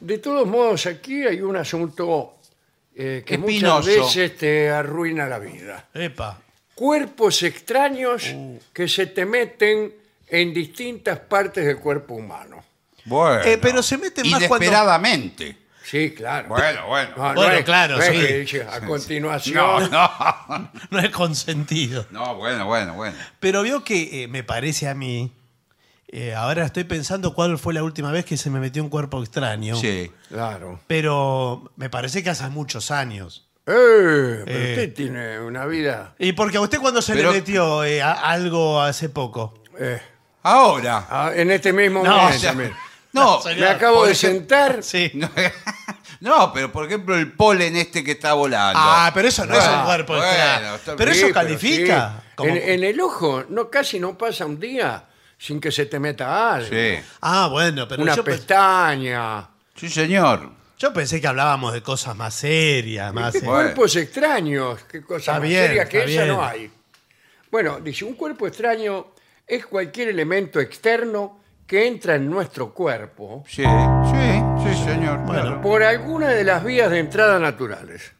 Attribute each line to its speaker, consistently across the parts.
Speaker 1: De todos modos, aquí hay un asunto eh, que muchas
Speaker 2: Espinoso.
Speaker 1: veces te arruina la vida.
Speaker 3: Epa.
Speaker 1: Cuerpos extraños
Speaker 4: Uh.
Speaker 1: que se te meten en distintas partes del cuerpo humano.
Speaker 4: Bueno.
Speaker 2: Eh, pero se meten más cuando-
Speaker 4: Inesperadamente.
Speaker 1: Sí, claro. Ah,
Speaker 4: Bueno, bueno.
Speaker 3: Bueno, claro,
Speaker 1: no es
Speaker 3: sí.
Speaker 1: que dice, a continuación.
Speaker 4: No, no.
Speaker 3: No es consentido.
Speaker 4: No, bueno, bueno, bueno.
Speaker 3: Pero vio que eh, me parece a mí. eh, ahora estoy pensando cuál fue la última vez que se me metió un cuerpo extraño.
Speaker 4: Sí.
Speaker 1: Claro.
Speaker 3: Pero me parece que hace muchos años.
Speaker 1: Eh, pero
Speaker 3: Eh.
Speaker 1: usted tiene una vida.
Speaker 3: ¿Y porque a usted cuando se
Speaker 4: Pero-
Speaker 3: le metió eh, a- algo hace poco?
Speaker 1: eh,
Speaker 4: Ahora.
Speaker 1: ah, en este mismo
Speaker 3: No,
Speaker 1: momento.
Speaker 3: o sea,
Speaker 1: mire.
Speaker 4: No,
Speaker 3: señor.
Speaker 1: Me acabo
Speaker 4: por
Speaker 1: de
Speaker 4: ejemplo-
Speaker 1: sentar.
Speaker 3: Sí.
Speaker 4: no, no, pero por ejemplo el polen este que está volando.
Speaker 3: Ah, pero eso no es
Speaker 4: Bueno,
Speaker 3: un cuerpo
Speaker 4: bueno,
Speaker 3: extraño.
Speaker 4: está
Speaker 3: Pero
Speaker 4: bien.
Speaker 3: eso
Speaker 1: Sí,
Speaker 3: califica.
Speaker 1: sí.
Speaker 3: como-
Speaker 1: En, en el ojo no casi no pasa un día sin que se te meta algo.
Speaker 4: Sí.
Speaker 3: Ah, bueno, pero
Speaker 1: Una
Speaker 3: yo, pe-
Speaker 1: pestaña.
Speaker 4: Sí, señor.
Speaker 3: yo pensé que hablábamos de cosas más serias, más... eh,
Speaker 4: Bueno.
Speaker 1: Cuerpos extraños, qué cosa
Speaker 3: Está
Speaker 1: más
Speaker 3: bien,
Speaker 1: seria que
Speaker 3: está
Speaker 1: esa
Speaker 3: bien.
Speaker 1: no hay. Bueno, dice, un cuerpo extraño es cualquier elemento externo que entra en nuestro cuerpo
Speaker 4: Sí, sí, sí, señor.
Speaker 3: Bueno.
Speaker 1: por alguna de las vías de entrada naturales. ¿eh?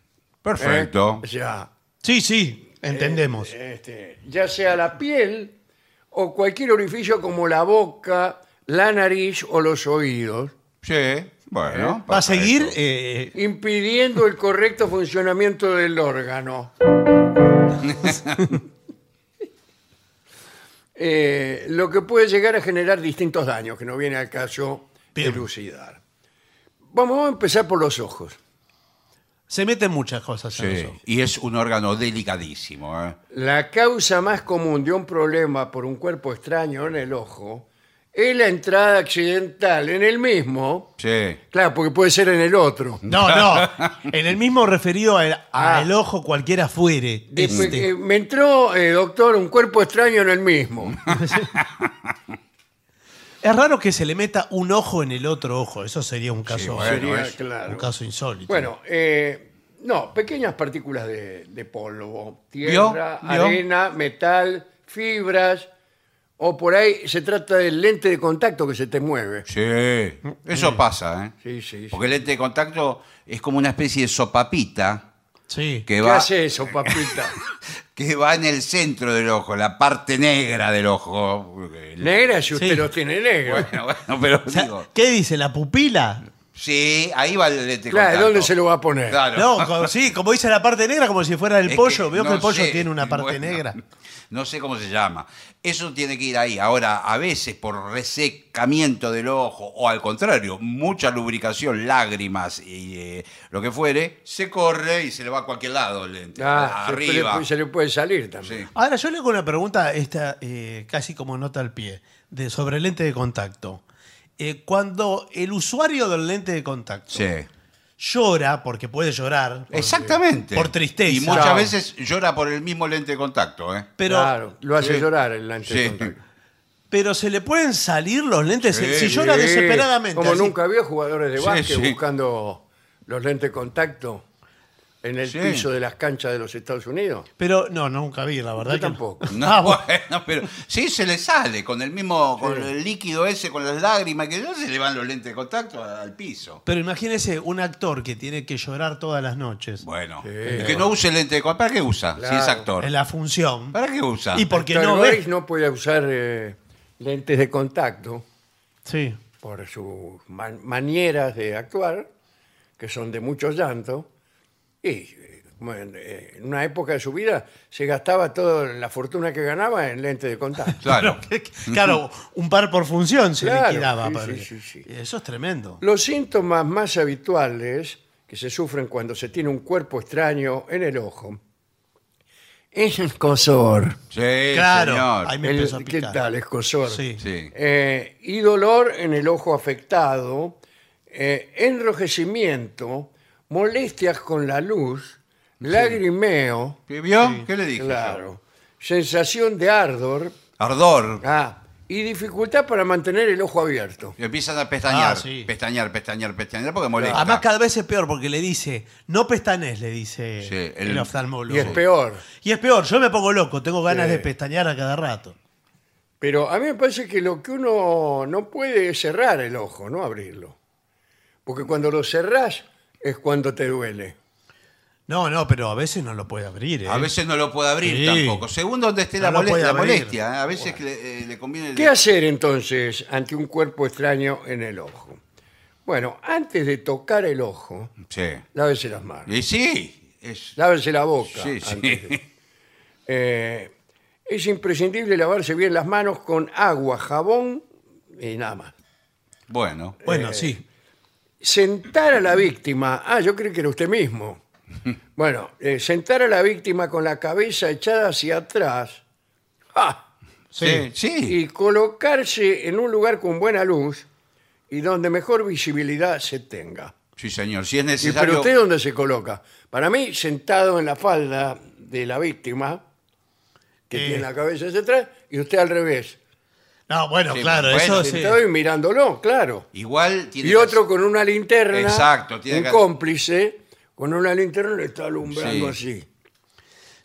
Speaker 4: Perfecto.
Speaker 1: O sea,
Speaker 3: Sí, sí,
Speaker 4: Eh,
Speaker 3: entendemos.
Speaker 1: este, ya sea la piel o cualquier orificio como la boca, la nariz o los oídos,
Speaker 4: Sí, bueno.
Speaker 3: Va a
Speaker 4: perfecto.
Speaker 3: seguir... eh,
Speaker 1: impidiendo el correcto funcionamiento del órgano. Eh, lo que puede llegar a generar distintos daños, que no viene al caso
Speaker 3: Bien.
Speaker 1: elucidar. Vamos a empezar por los ojos.
Speaker 3: se meten muchas cosas en
Speaker 4: Sí.
Speaker 3: eso.
Speaker 4: Y es un órgano delicadísimo. ¿eh?
Speaker 1: La causa más común de un problema por un cuerpo extraño en el ojo es la entrada accidental en el mismo,
Speaker 4: Sí.
Speaker 1: claro, porque puede ser en el otro,
Speaker 3: No, no. En el mismo referido al
Speaker 1: Ah.
Speaker 3: el ojo cualquiera fuere.
Speaker 1: Después
Speaker 3: este,
Speaker 1: que me entró, eh, doctor, un cuerpo extraño en el mismo.
Speaker 3: Es raro que se le meta un ojo en el otro ojo. Eso sería un caso,
Speaker 4: bueno,
Speaker 1: Sería,
Speaker 4: es
Speaker 1: claro.
Speaker 3: un caso insólito.
Speaker 1: Bueno, eh, no, pequeñas partículas de, de polvo,
Speaker 4: ¿Vio?
Speaker 1: tierra,
Speaker 4: ¿Vio?
Speaker 1: arena, metal, fibras, o por ahí se trata del lente de contacto que se te mueve.
Speaker 4: Sí.
Speaker 3: Mm.
Speaker 4: Eso pasa, ¿eh?
Speaker 1: Sí, sí, sí.
Speaker 4: Porque el lente de contacto es como una especie de sopapita
Speaker 3: sí.
Speaker 4: que
Speaker 1: ¿Qué
Speaker 4: va,
Speaker 1: hace eso, papita?
Speaker 4: que va en el centro del ojo, la parte negra del ojo. El-
Speaker 1: Negra si usted
Speaker 3: Sí.
Speaker 1: lo tiene negro.
Speaker 4: Bueno, bueno, pero
Speaker 3: O sea,
Speaker 4: digo,
Speaker 3: ¿Qué dice? ¿La pupila?
Speaker 4: sí, ahí va el lente de
Speaker 1: claro,
Speaker 4: contacto.
Speaker 1: ¿dónde se lo va a poner?
Speaker 4: Claro.
Speaker 3: No, co- sí, como dice la parte negra, como si fuera el
Speaker 4: Es
Speaker 3: pollo. Veo
Speaker 4: no
Speaker 3: que el pollo
Speaker 4: sé,
Speaker 3: tiene una parte
Speaker 4: bueno,
Speaker 3: negra.
Speaker 4: No sé cómo se llama. Eso tiene que ir ahí. Ahora, a veces por resecamiento del ojo o al contrario, mucha lubricación, lágrimas y eh, lo que fuere, se corre y se le va a cualquier lado el lente.
Speaker 1: Ah, se-
Speaker 4: arriba.
Speaker 1: Se, le puede salir también.
Speaker 4: Sí.
Speaker 3: Ahora, yo le hago una pregunta, esta, eh, casi como nota al pie, de, sobre el lente de contacto. Eh, cuando el usuario del lente de contacto
Speaker 4: Sí.
Speaker 3: llora, porque puede llorar,
Speaker 4: Exactamente.
Speaker 3: Por tristeza.
Speaker 4: Y muchas
Speaker 1: Claro.
Speaker 4: veces llora por el mismo lente de contacto. ¿eh?
Speaker 3: pero,
Speaker 1: claro, lo hace
Speaker 4: Sí.
Speaker 1: llorar el lente de
Speaker 4: Sí.
Speaker 1: contacto.
Speaker 3: pero se le pueden salir los lentes
Speaker 4: Sí,
Speaker 3: si llora
Speaker 1: Sí,
Speaker 3: desesperadamente.
Speaker 1: Como
Speaker 3: así.
Speaker 1: nunca había jugadores de
Speaker 4: Sí,
Speaker 1: básquet
Speaker 4: sí.
Speaker 1: buscando los lentes de contacto en el
Speaker 4: Sí.
Speaker 1: piso de las canchas de los Estados Unidos.
Speaker 3: Pero no, nunca vi, la verdad.
Speaker 1: Yo
Speaker 3: que no.
Speaker 1: tampoco.
Speaker 4: No,
Speaker 3: Ah, bueno.
Speaker 4: bueno, pero sí se le sale con el mismo, con el líquido ese, con las lágrimas que se le van los lentes de contacto al piso.
Speaker 3: Pero imagínese un actor que tiene que llorar todas las noches
Speaker 4: Bueno,
Speaker 1: Sí.
Speaker 4: el que no use lente de contacto, ¿para qué usa? Si es
Speaker 1: Claro.
Speaker 4: actor.
Speaker 3: en la función.
Speaker 4: ¿Para qué usa?
Speaker 3: Y porque
Speaker 1: Héctor
Speaker 3: no
Speaker 1: Goris
Speaker 3: ve.
Speaker 1: no puede usar eh, lentes de contacto
Speaker 3: Sí.
Speaker 1: por sus man- maneras de actuar, que son de muchos llantos. Y eh, como en eh, en una época de su vida se gastaba toda la fortuna que ganaba en lentes de contacto.
Speaker 4: Claro.
Speaker 3: Claro, un par por función se
Speaker 1: Claro,
Speaker 3: liquidaba.
Speaker 1: sí,
Speaker 3: padre.
Speaker 1: sí, sí, sí.
Speaker 3: Eso es tremendo.
Speaker 1: Los síntomas más habituales que se sufren cuando se tiene un cuerpo extraño en el ojo es el cosor.
Speaker 4: Sí,
Speaker 3: claro,
Speaker 4: señor.
Speaker 3: ahí me
Speaker 1: eh, El-
Speaker 3: empezó a
Speaker 1: ¿Qué
Speaker 3: picar.
Speaker 1: tal? Es cosor.
Speaker 3: Sí.
Speaker 4: Sí.
Speaker 1: Eh, y dolor en el ojo afectado, eh, enrojecimiento, molestias con la luz, lagrimeo,
Speaker 4: ¿Sí ¿Vio? ¿Qué le dije?
Speaker 1: claro, sensación de ardor
Speaker 4: Ardor.
Speaker 1: ah, y dificultad para mantener el ojo abierto.
Speaker 4: Empiezan a pestañear,
Speaker 3: Ah, sí.
Speaker 4: pestañear, pestañear, pestañear, porque molesta.
Speaker 3: Además, cada vez es peor porque le dice, no pestanes, le dice
Speaker 4: Sí,
Speaker 3: el,
Speaker 4: el-
Speaker 3: oftalmólogo.
Speaker 1: Y es peor.
Speaker 3: Y es peor, yo me pongo loco, tengo ganas
Speaker 1: Sí.
Speaker 3: de pestañear a cada rato.
Speaker 1: Pero a mí me parece que lo que uno no puede es cerrar el ojo, no abrirlo. Porque cuando lo cerrás es cuando te duele.
Speaker 3: No, no, pero a veces no lo puede abrir. ¿eh?
Speaker 4: A veces no lo puede abrir
Speaker 3: Sí.
Speaker 4: tampoco. Según donde esté
Speaker 3: No
Speaker 4: la,
Speaker 3: lo
Speaker 4: molestia,
Speaker 3: puede
Speaker 4: la
Speaker 3: abrir.
Speaker 4: molestia, ¿eh? A veces que le, eh, le conviene...
Speaker 1: ¿Qué hacer entonces ante un cuerpo extraño en el ojo? Bueno, antes de tocar el ojo,
Speaker 4: Sí.
Speaker 1: lávese las manos,
Speaker 4: Y sí. es-
Speaker 1: lávese la boca.
Speaker 4: Sí, sí.
Speaker 1: antes de- Eh, es imprescindible lavarse bien las manos con agua, jabón y nada más.
Speaker 4: Bueno.
Speaker 3: Bueno, sí.
Speaker 1: sentar a la víctima. Ah, yo creo que era usted mismo. Bueno, eh, sentar a la víctima con la cabeza echada hacia atrás ¡Ah!
Speaker 4: Sí.
Speaker 3: Sí.
Speaker 4: sí.
Speaker 1: y colocarse en un lugar con buena luz y donde mejor visibilidad se tenga.
Speaker 4: Sí, señor. Si
Speaker 1: Y,
Speaker 4: es
Speaker 1: pero
Speaker 4: necesario...
Speaker 1: usted dónde se coloca? Para mí, sentado en la falda de la víctima, que
Speaker 3: Eh.
Speaker 1: tiene la cabeza hacia atrás, y usted al revés.
Speaker 3: No, bueno,
Speaker 4: Sí,
Speaker 3: claro,
Speaker 4: bueno,
Speaker 3: eso
Speaker 4: sí.
Speaker 3: sí.
Speaker 1: Sentado y mirándolo, claro.
Speaker 4: Igual tiene
Speaker 1: y
Speaker 4: que-
Speaker 1: otro con una linterna.
Speaker 4: Exacto, tiene
Speaker 1: un
Speaker 4: que-
Speaker 1: cómplice con una linterna le está alumbrando
Speaker 4: Sí.
Speaker 1: así.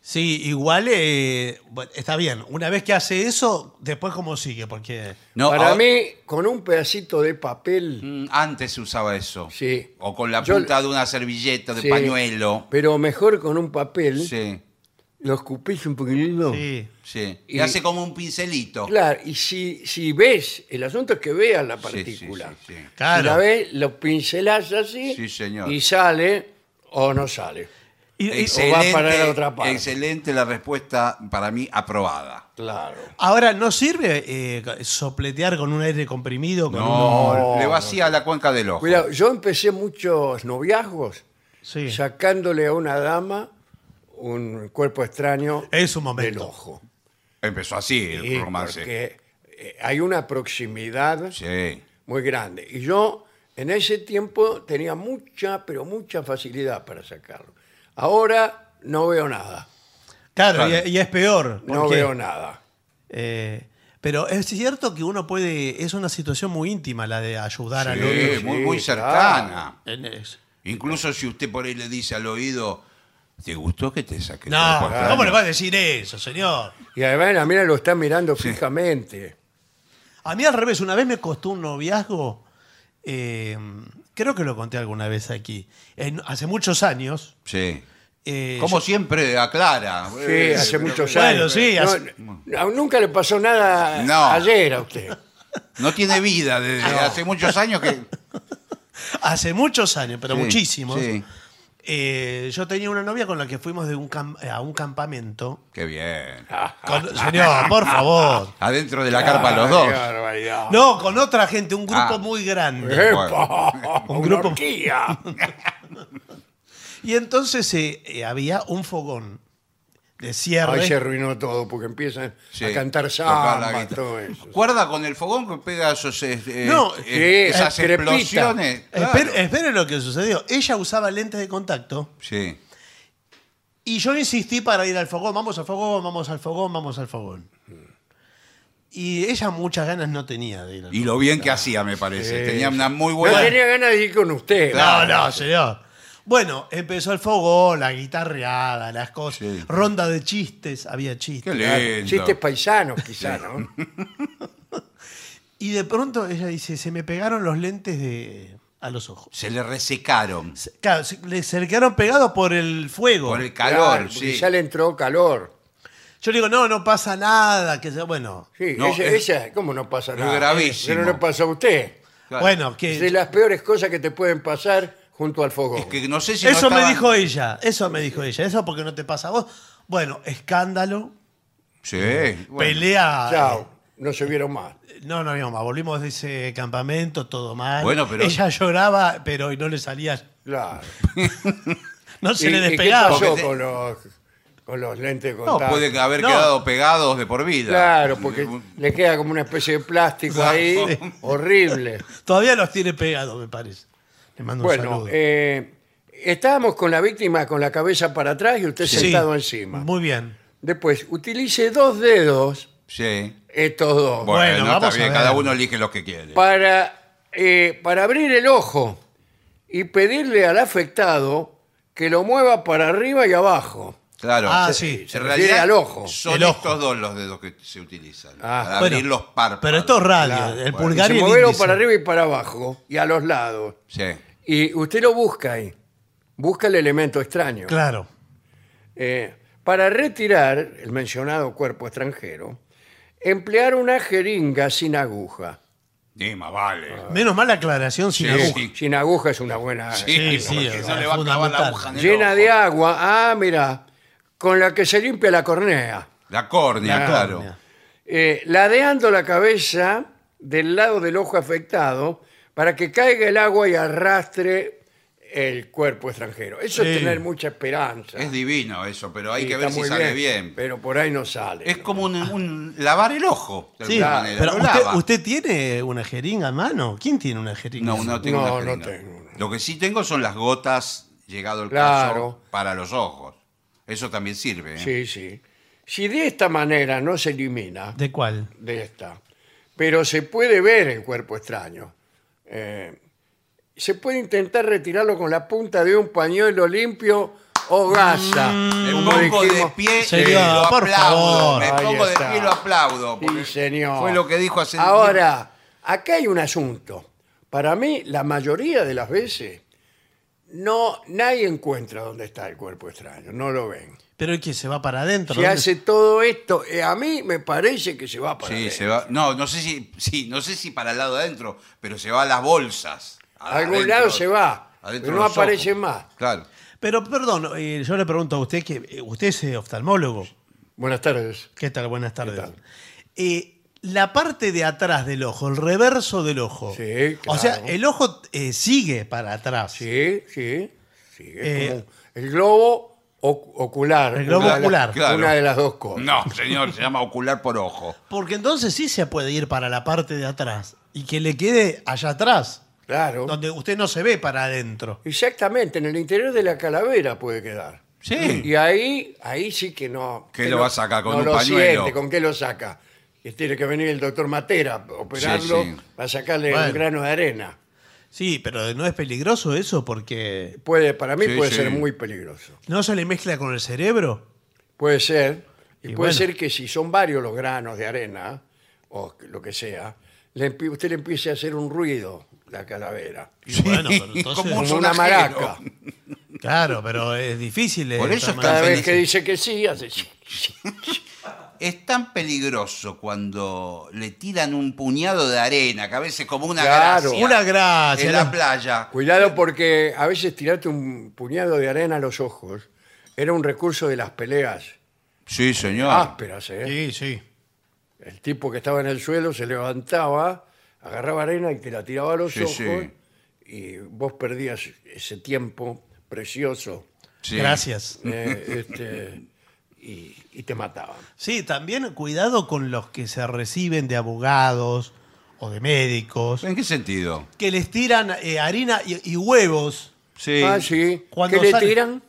Speaker 3: Sí, igual eh, bueno, está bien. Una vez que hace eso, después cómo sigue, porque
Speaker 4: No,
Speaker 1: Para
Speaker 4: ahora-
Speaker 1: mí, con un pedacito de papel,
Speaker 4: Mm, Antes se usaba eso.
Speaker 1: Sí.
Speaker 4: O con la
Speaker 1: Yo-
Speaker 4: punta de una servilleta, de
Speaker 1: Sí.
Speaker 4: pañuelo.
Speaker 1: pero mejor con un papel,
Speaker 4: Sí,
Speaker 1: lo escupís un poquitito.
Speaker 3: sí,
Speaker 4: sí. Uh. Y,
Speaker 1: Y-
Speaker 4: hace como un pincelito.
Speaker 1: Claro, y si, si ves, el asunto es que veas la
Speaker 4: Sí, sí,
Speaker 1: partícula.
Speaker 4: sí, sí.
Speaker 1: Si la
Speaker 3: claro.
Speaker 1: ves, lo pincelás así
Speaker 4: Sí, señor.
Speaker 1: y sale o no sale.
Speaker 3: Y- y-
Speaker 1: Excel-
Speaker 4: Excelente,
Speaker 1: parar a otra parte.
Speaker 4: excelente la respuesta para mí aprobada.
Speaker 1: Claro.
Speaker 3: ahora, ¿no sirve eh, sopletear con un aire comprimido? Con uno-
Speaker 4: No,
Speaker 1: No,
Speaker 4: le
Speaker 1: no,
Speaker 4: vacía la cuenca del ojo.
Speaker 1: Cuidado, yo empecé muchos noviazgos
Speaker 3: Sí.
Speaker 1: sacándole a una dama un cuerpo extraño
Speaker 3: Es un momento.
Speaker 1: del ojo.
Speaker 4: Empezó así el
Speaker 1: Sí,
Speaker 4: romance.
Speaker 1: Porque eh, hay una proximidad
Speaker 4: Sí.
Speaker 1: muy grande. Y yo en ese tiempo tenía mucha, pero mucha facilidad para sacarlo. Ahora no veo nada.
Speaker 3: Claro,
Speaker 4: Claro.
Speaker 3: Y, y es peor.
Speaker 1: No
Speaker 3: porque,
Speaker 1: veo nada.
Speaker 3: eh, pero es cierto que uno puede. Es una situación muy íntima la de ayudar al
Speaker 4: Sí,
Speaker 3: otro.
Speaker 4: muy,
Speaker 1: sí,
Speaker 4: muy cercana.
Speaker 3: En eso.
Speaker 4: Incluso si usted por ahí le dice al oído, ¿te gustó que te saque?
Speaker 3: No,
Speaker 4: todo el cuerpo?"
Speaker 3: ¿cómo le va a decir eso, señor?
Speaker 1: Y además la mina lo está mirando fijamente.
Speaker 3: A mí al revés, una vez me costó un noviazgo, eh, creo que lo conté alguna vez aquí, en- hace muchos años.
Speaker 4: Sí.
Speaker 3: eh,
Speaker 4: Como
Speaker 3: yo-
Speaker 4: siempre aclara.
Speaker 1: Sí,
Speaker 4: Eh,
Speaker 1: hace
Speaker 4: pero-
Speaker 1: muchos
Speaker 3: bueno,
Speaker 1: años.
Speaker 3: sí,
Speaker 1: No,
Speaker 3: hace-
Speaker 1: no, nunca le pasó nada
Speaker 4: No.
Speaker 1: ayer a usted.
Speaker 4: No tiene vida desde hace muchos años que.
Speaker 3: hace muchos años, pero
Speaker 4: Sí,
Speaker 3: muchísimos.
Speaker 4: Sí.
Speaker 3: eh, yo tenía una novia con la que fuimos de un cam- a un campamento.
Speaker 4: Qué bien.
Speaker 1: Ah,
Speaker 3: Con- señor, por favor.
Speaker 4: Adentro de la carpa los dos.
Speaker 1: Qué barbaridad.
Speaker 3: No, con otra gente, un grupo
Speaker 4: Ah.
Speaker 3: muy grande.
Speaker 1: ¡Epa!
Speaker 3: Un
Speaker 1: Una
Speaker 3: grupo-
Speaker 1: orgía.
Speaker 3: Y entonces eh, eh, había un fogón de cierre.
Speaker 1: Ahí se arruinó todo porque empiezan
Speaker 4: Sí.
Speaker 1: a cantar
Speaker 4: Tocar la
Speaker 1: samba,
Speaker 4: guitarra.
Speaker 1: todo eso.
Speaker 4: Guarda con el fogón que pega esos, eh, eh,
Speaker 3: No,
Speaker 4: eh,
Speaker 1: sí,
Speaker 4: esas
Speaker 1: crepita.
Speaker 4: explosiones. Claro.
Speaker 3: Espere, espere lo que sucedió. Ella usaba lentes de contacto
Speaker 4: Sí.
Speaker 3: y yo insistí para ir al fogón. Vamos al fogón, vamos al fogón, vamos al fogón. Y ella muchas ganas no tenía de ir al
Speaker 4: Y lo bien que hacía, me parece.
Speaker 1: Sí.
Speaker 4: Tenía una muy
Speaker 1: No
Speaker 4: buena.
Speaker 1: tenía ganas de ir con usted.
Speaker 3: No, no, señor. Bueno, empezó el fogón, la guitarreada, las cosas.
Speaker 4: Sí.
Speaker 3: Ronda de chistes, había
Speaker 4: Qué
Speaker 3: chistes.
Speaker 4: lindo.
Speaker 1: Chistes paisanos, quizá, ¿no?
Speaker 3: Y de pronto ella dice, se me pegaron los lentes de... a los ojos.
Speaker 4: Se le resecaron
Speaker 3: Se- Claro, se, le- se le quedaron pegados por el fuego.
Speaker 4: por el calor.
Speaker 1: Claro, porque
Speaker 4: sí.
Speaker 1: Ya le entró calor.
Speaker 3: Yo le digo, no, no pasa nada. Que, se- bueno,
Speaker 1: Sí,
Speaker 4: No,
Speaker 1: esa,
Speaker 4: es-
Speaker 1: esa- ¿cómo no pasa
Speaker 4: es
Speaker 1: nada?
Speaker 4: gravísimo.
Speaker 1: Pero no le pasa a usted.
Speaker 4: Claro.
Speaker 3: bueno, que...
Speaker 1: Es de las peores cosas que te pueden pasar junto al fogón.
Speaker 4: Es que no sé si. no
Speaker 3: eso me
Speaker 4: estaban-
Speaker 3: dijo ella, eso me dijo ella, eso porque no te pasa a vos. Bueno, escándalo,
Speaker 4: Sí. bueno.
Speaker 3: pelea.
Speaker 1: Chao, no se vieron más.
Speaker 3: eh, No, no, no, más, volvimos de ese campamento, todo mal.
Speaker 4: Bueno, pero-
Speaker 3: Ella lloraba, pero no le salía,
Speaker 1: Claro.
Speaker 3: no se
Speaker 1: ¿Y-
Speaker 3: le
Speaker 1: y
Speaker 3: despegaba.
Speaker 1: ¿Qué pasó
Speaker 4: Porque te-
Speaker 1: con los, con los lentes de
Speaker 4: No,
Speaker 1: contacto?
Speaker 4: puede haber
Speaker 3: No.
Speaker 4: quedado pegados de por vida. Mm,
Speaker 1: Claro, porque le queda como una especie de plástico ahí, horrible.
Speaker 3: Todavía los tiene pegados, me parece. Le mando un
Speaker 1: Bueno,
Speaker 3: saludo.
Speaker 1: eh, estábamos con la víctima con la cabeza para atrás y usted
Speaker 3: Sí,
Speaker 1: sentado encima.
Speaker 3: Muy bien.
Speaker 1: Después, utilice dos dedos,
Speaker 4: Sí.
Speaker 1: estos dos,
Speaker 4: Bueno,
Speaker 3: Bueno,
Speaker 4: no, está
Speaker 3: vamos a
Speaker 4: bien,
Speaker 3: ver.
Speaker 4: cada uno elige lo que quiere.
Speaker 1: para, eh, para abrir el ojo y pedirle al afectado que lo mueva para arriba y abajo.
Speaker 4: Claro.
Speaker 3: Ah,
Speaker 4: Se-
Speaker 3: sí.
Speaker 1: Se refiere al ojo.
Speaker 4: Son
Speaker 3: El ojo.
Speaker 4: estos dos los dedos que se utilizan.
Speaker 1: Ah.
Speaker 4: para
Speaker 3: Bueno,
Speaker 4: abrir los párpados.
Speaker 3: Pero esto es radio,
Speaker 1: Claro,
Speaker 3: el
Speaker 4: bueno.
Speaker 3: pulgar y
Speaker 1: se
Speaker 3: el
Speaker 1: moverlo
Speaker 3: índice.
Speaker 1: para arriba y para abajo y a los lados.
Speaker 4: Sí.
Speaker 1: Y usted lo busca ahí, busca el elemento extraño.
Speaker 3: Claro.
Speaker 1: Eh, para retirar el mencionado cuerpo extranjero, emplear una jeringa sin aguja.
Speaker 4: Sí, más vale.
Speaker 3: Menos mal la aclaración sin
Speaker 4: Sí,
Speaker 3: aguja.
Speaker 4: sí.
Speaker 1: Sin aguja es una buena... eh,
Speaker 3: Sí, sí,
Speaker 4: porque
Speaker 3: es
Speaker 4: no le va a clavar
Speaker 3: fundamental.
Speaker 4: la aguja en el
Speaker 1: llena
Speaker 4: ojo.
Speaker 1: de agua. Ah, mira, con la que se limpia la cornea.
Speaker 4: La córnea,
Speaker 1: La
Speaker 4: claro.
Speaker 3: córnea.
Speaker 1: Eh, ladeando la cabeza del lado del ojo afectado para que caiga el agua y arrastre el cuerpo extranjero. Eso es
Speaker 3: Sí.
Speaker 1: tener mucha esperanza.
Speaker 4: Es divino eso, pero hay
Speaker 1: Sí,
Speaker 4: que ver
Speaker 1: está
Speaker 4: si
Speaker 1: muy
Speaker 4: sale bien.
Speaker 1: Pero por ahí no sale.
Speaker 4: Es
Speaker 1: ¿no?
Speaker 4: como un, un lavar el ojo, de
Speaker 3: Sí,
Speaker 4: alguna manera.
Speaker 3: pero
Speaker 4: Lo
Speaker 3: usted,
Speaker 4: lava.
Speaker 3: usted tiene una jeringa en mano. ¿Quién tiene una jeringa?
Speaker 4: No, no tengo
Speaker 1: No,
Speaker 4: una
Speaker 1: no
Speaker 4: jeringa.
Speaker 1: tengo.
Speaker 4: Lo que sí tengo son las gotas, llegado el
Speaker 1: Claro.
Speaker 4: caso, para los ojos. Eso también sirve. ¿eh?
Speaker 1: Sí, sí. Si de esta manera no se elimina,
Speaker 3: ¿De cuál?
Speaker 1: de esta. Pero se puede ver el cuerpo extraño. Eh, se puede intentar retirarlo con la punta de un pañuelo limpio o gasa.
Speaker 4: Me
Speaker 1: como
Speaker 4: pongo Mm, de
Speaker 1: dijimos.
Speaker 4: pie y
Speaker 3: Señor,
Speaker 4: lo
Speaker 3: por
Speaker 4: aplaudo.
Speaker 3: favor.
Speaker 4: Me
Speaker 1: Ahí
Speaker 4: pongo de
Speaker 1: está.
Speaker 4: pie y lo aplaudo.
Speaker 1: Sí,
Speaker 4: porque
Speaker 1: señor.
Speaker 4: Fue lo que dijo hace
Speaker 1: Ahora, acá hay un asunto. Para mí, la mayoría de las veces, no, nadie encuentra dónde está el cuerpo extraño. No lo ven.
Speaker 3: Pero es que se va para adentro.
Speaker 1: Se
Speaker 3: ¿dónde?
Speaker 1: hace todo esto. eh, a mí me parece que se va para
Speaker 4: Sí,
Speaker 1: adentro.
Speaker 4: se va. No, no sé si, sí, no sé si para el lado de adentro, pero se va a las bolsas.
Speaker 1: A algún lado se va,
Speaker 4: adentro
Speaker 1: pero no
Speaker 4: los ojos.
Speaker 1: aparece más.
Speaker 4: Claro.
Speaker 3: Pero perdón, eh, yo le pregunto a usted que eh, usted es eh, oftalmólogo.
Speaker 1: Buenas tardes.
Speaker 3: ¿Qué tal? Buenas tardes.
Speaker 1: tal?
Speaker 3: Eh, la parte de atrás del ojo, el reverso del ojo.
Speaker 1: Sí,
Speaker 3: O sea,
Speaker 1: claro.
Speaker 3: el ojo eh, sigue para atrás.
Speaker 1: Sí, sí, sí. es
Speaker 3: Eh,
Speaker 1: como el globo oc- ocular.
Speaker 3: El globo
Speaker 1: una de la-
Speaker 3: ocular,
Speaker 4: claro.
Speaker 1: Una de las dos cosas.
Speaker 4: No, señor, se llama ocular por ojo.
Speaker 3: Porque entonces sí se puede ir para la parte de atrás y que le quede allá atrás,
Speaker 1: Claro.
Speaker 3: donde usted no se ve para adentro.
Speaker 1: Exactamente, en el interior de la calavera puede quedar.
Speaker 4: Sí.
Speaker 1: Y ahí, ahí sí que no.
Speaker 4: ¿Qué
Speaker 1: que
Speaker 4: lo
Speaker 1: no-
Speaker 4: va a sacar? ¿Con
Speaker 1: no
Speaker 4: un
Speaker 1: lo
Speaker 4: pañuelo?
Speaker 1: siente, ¿Con qué lo saca? Que tiene que venir el doctor Matera a operarlo
Speaker 4: Sí, sí.
Speaker 1: para sacarle
Speaker 3: Bueno.
Speaker 1: un grano de arena.
Speaker 3: Sí, pero no es peligroso eso porque
Speaker 1: Puede, para mí
Speaker 4: Sí,
Speaker 1: puede
Speaker 4: sí.
Speaker 1: ser muy peligroso.
Speaker 3: no se le mezcla con el cerebro.
Speaker 1: Puede ser. Y,
Speaker 3: Y
Speaker 1: puede
Speaker 3: bueno.
Speaker 1: ser que si son varios los granos de arena, o lo que sea, le empie- usted le empiece a hacer un ruido la calavera.
Speaker 3: Y bueno, pero entonces-
Speaker 4: como un
Speaker 1: Como una
Speaker 4: sonajero.
Speaker 1: maraca.
Speaker 3: Claro, pero es difícil. eh,
Speaker 4: Por eso
Speaker 3: tomar-
Speaker 1: Cada
Speaker 4: Tan
Speaker 1: vez
Speaker 4: feliz.
Speaker 1: que dice que sí, hace...
Speaker 4: Es tan peligroso cuando le tiran un puñado de arena, que a veces como una
Speaker 1: Claro.
Speaker 4: gracia.
Speaker 3: Una gracia,
Speaker 4: En la
Speaker 3: la-
Speaker 4: playa.
Speaker 1: Cuidado porque a veces tirarte un puñado de arena a los ojos era un recurso de las peleas
Speaker 4: Sí, señor.
Speaker 1: ásperas. ¿eh?
Speaker 3: Sí, sí.
Speaker 1: El tipo que estaba en el suelo se levantaba, agarraba arena y te la tiraba a los
Speaker 4: Sí,
Speaker 1: ojos
Speaker 4: sí.
Speaker 1: y vos perdías ese tiempo precioso.
Speaker 4: Sí.
Speaker 3: Gracias.
Speaker 1: Eh, este, y, y te mataban.
Speaker 3: Sí, también cuidado con los que se reciben de abogados o de médicos,
Speaker 4: ¿En qué sentido?
Speaker 3: que les tiran eh, harina y, y huevos.
Speaker 4: Sí.
Speaker 1: Ah, sí.
Speaker 3: Cuando
Speaker 1: ¿Qué le
Speaker 3: sale-
Speaker 1: tiran?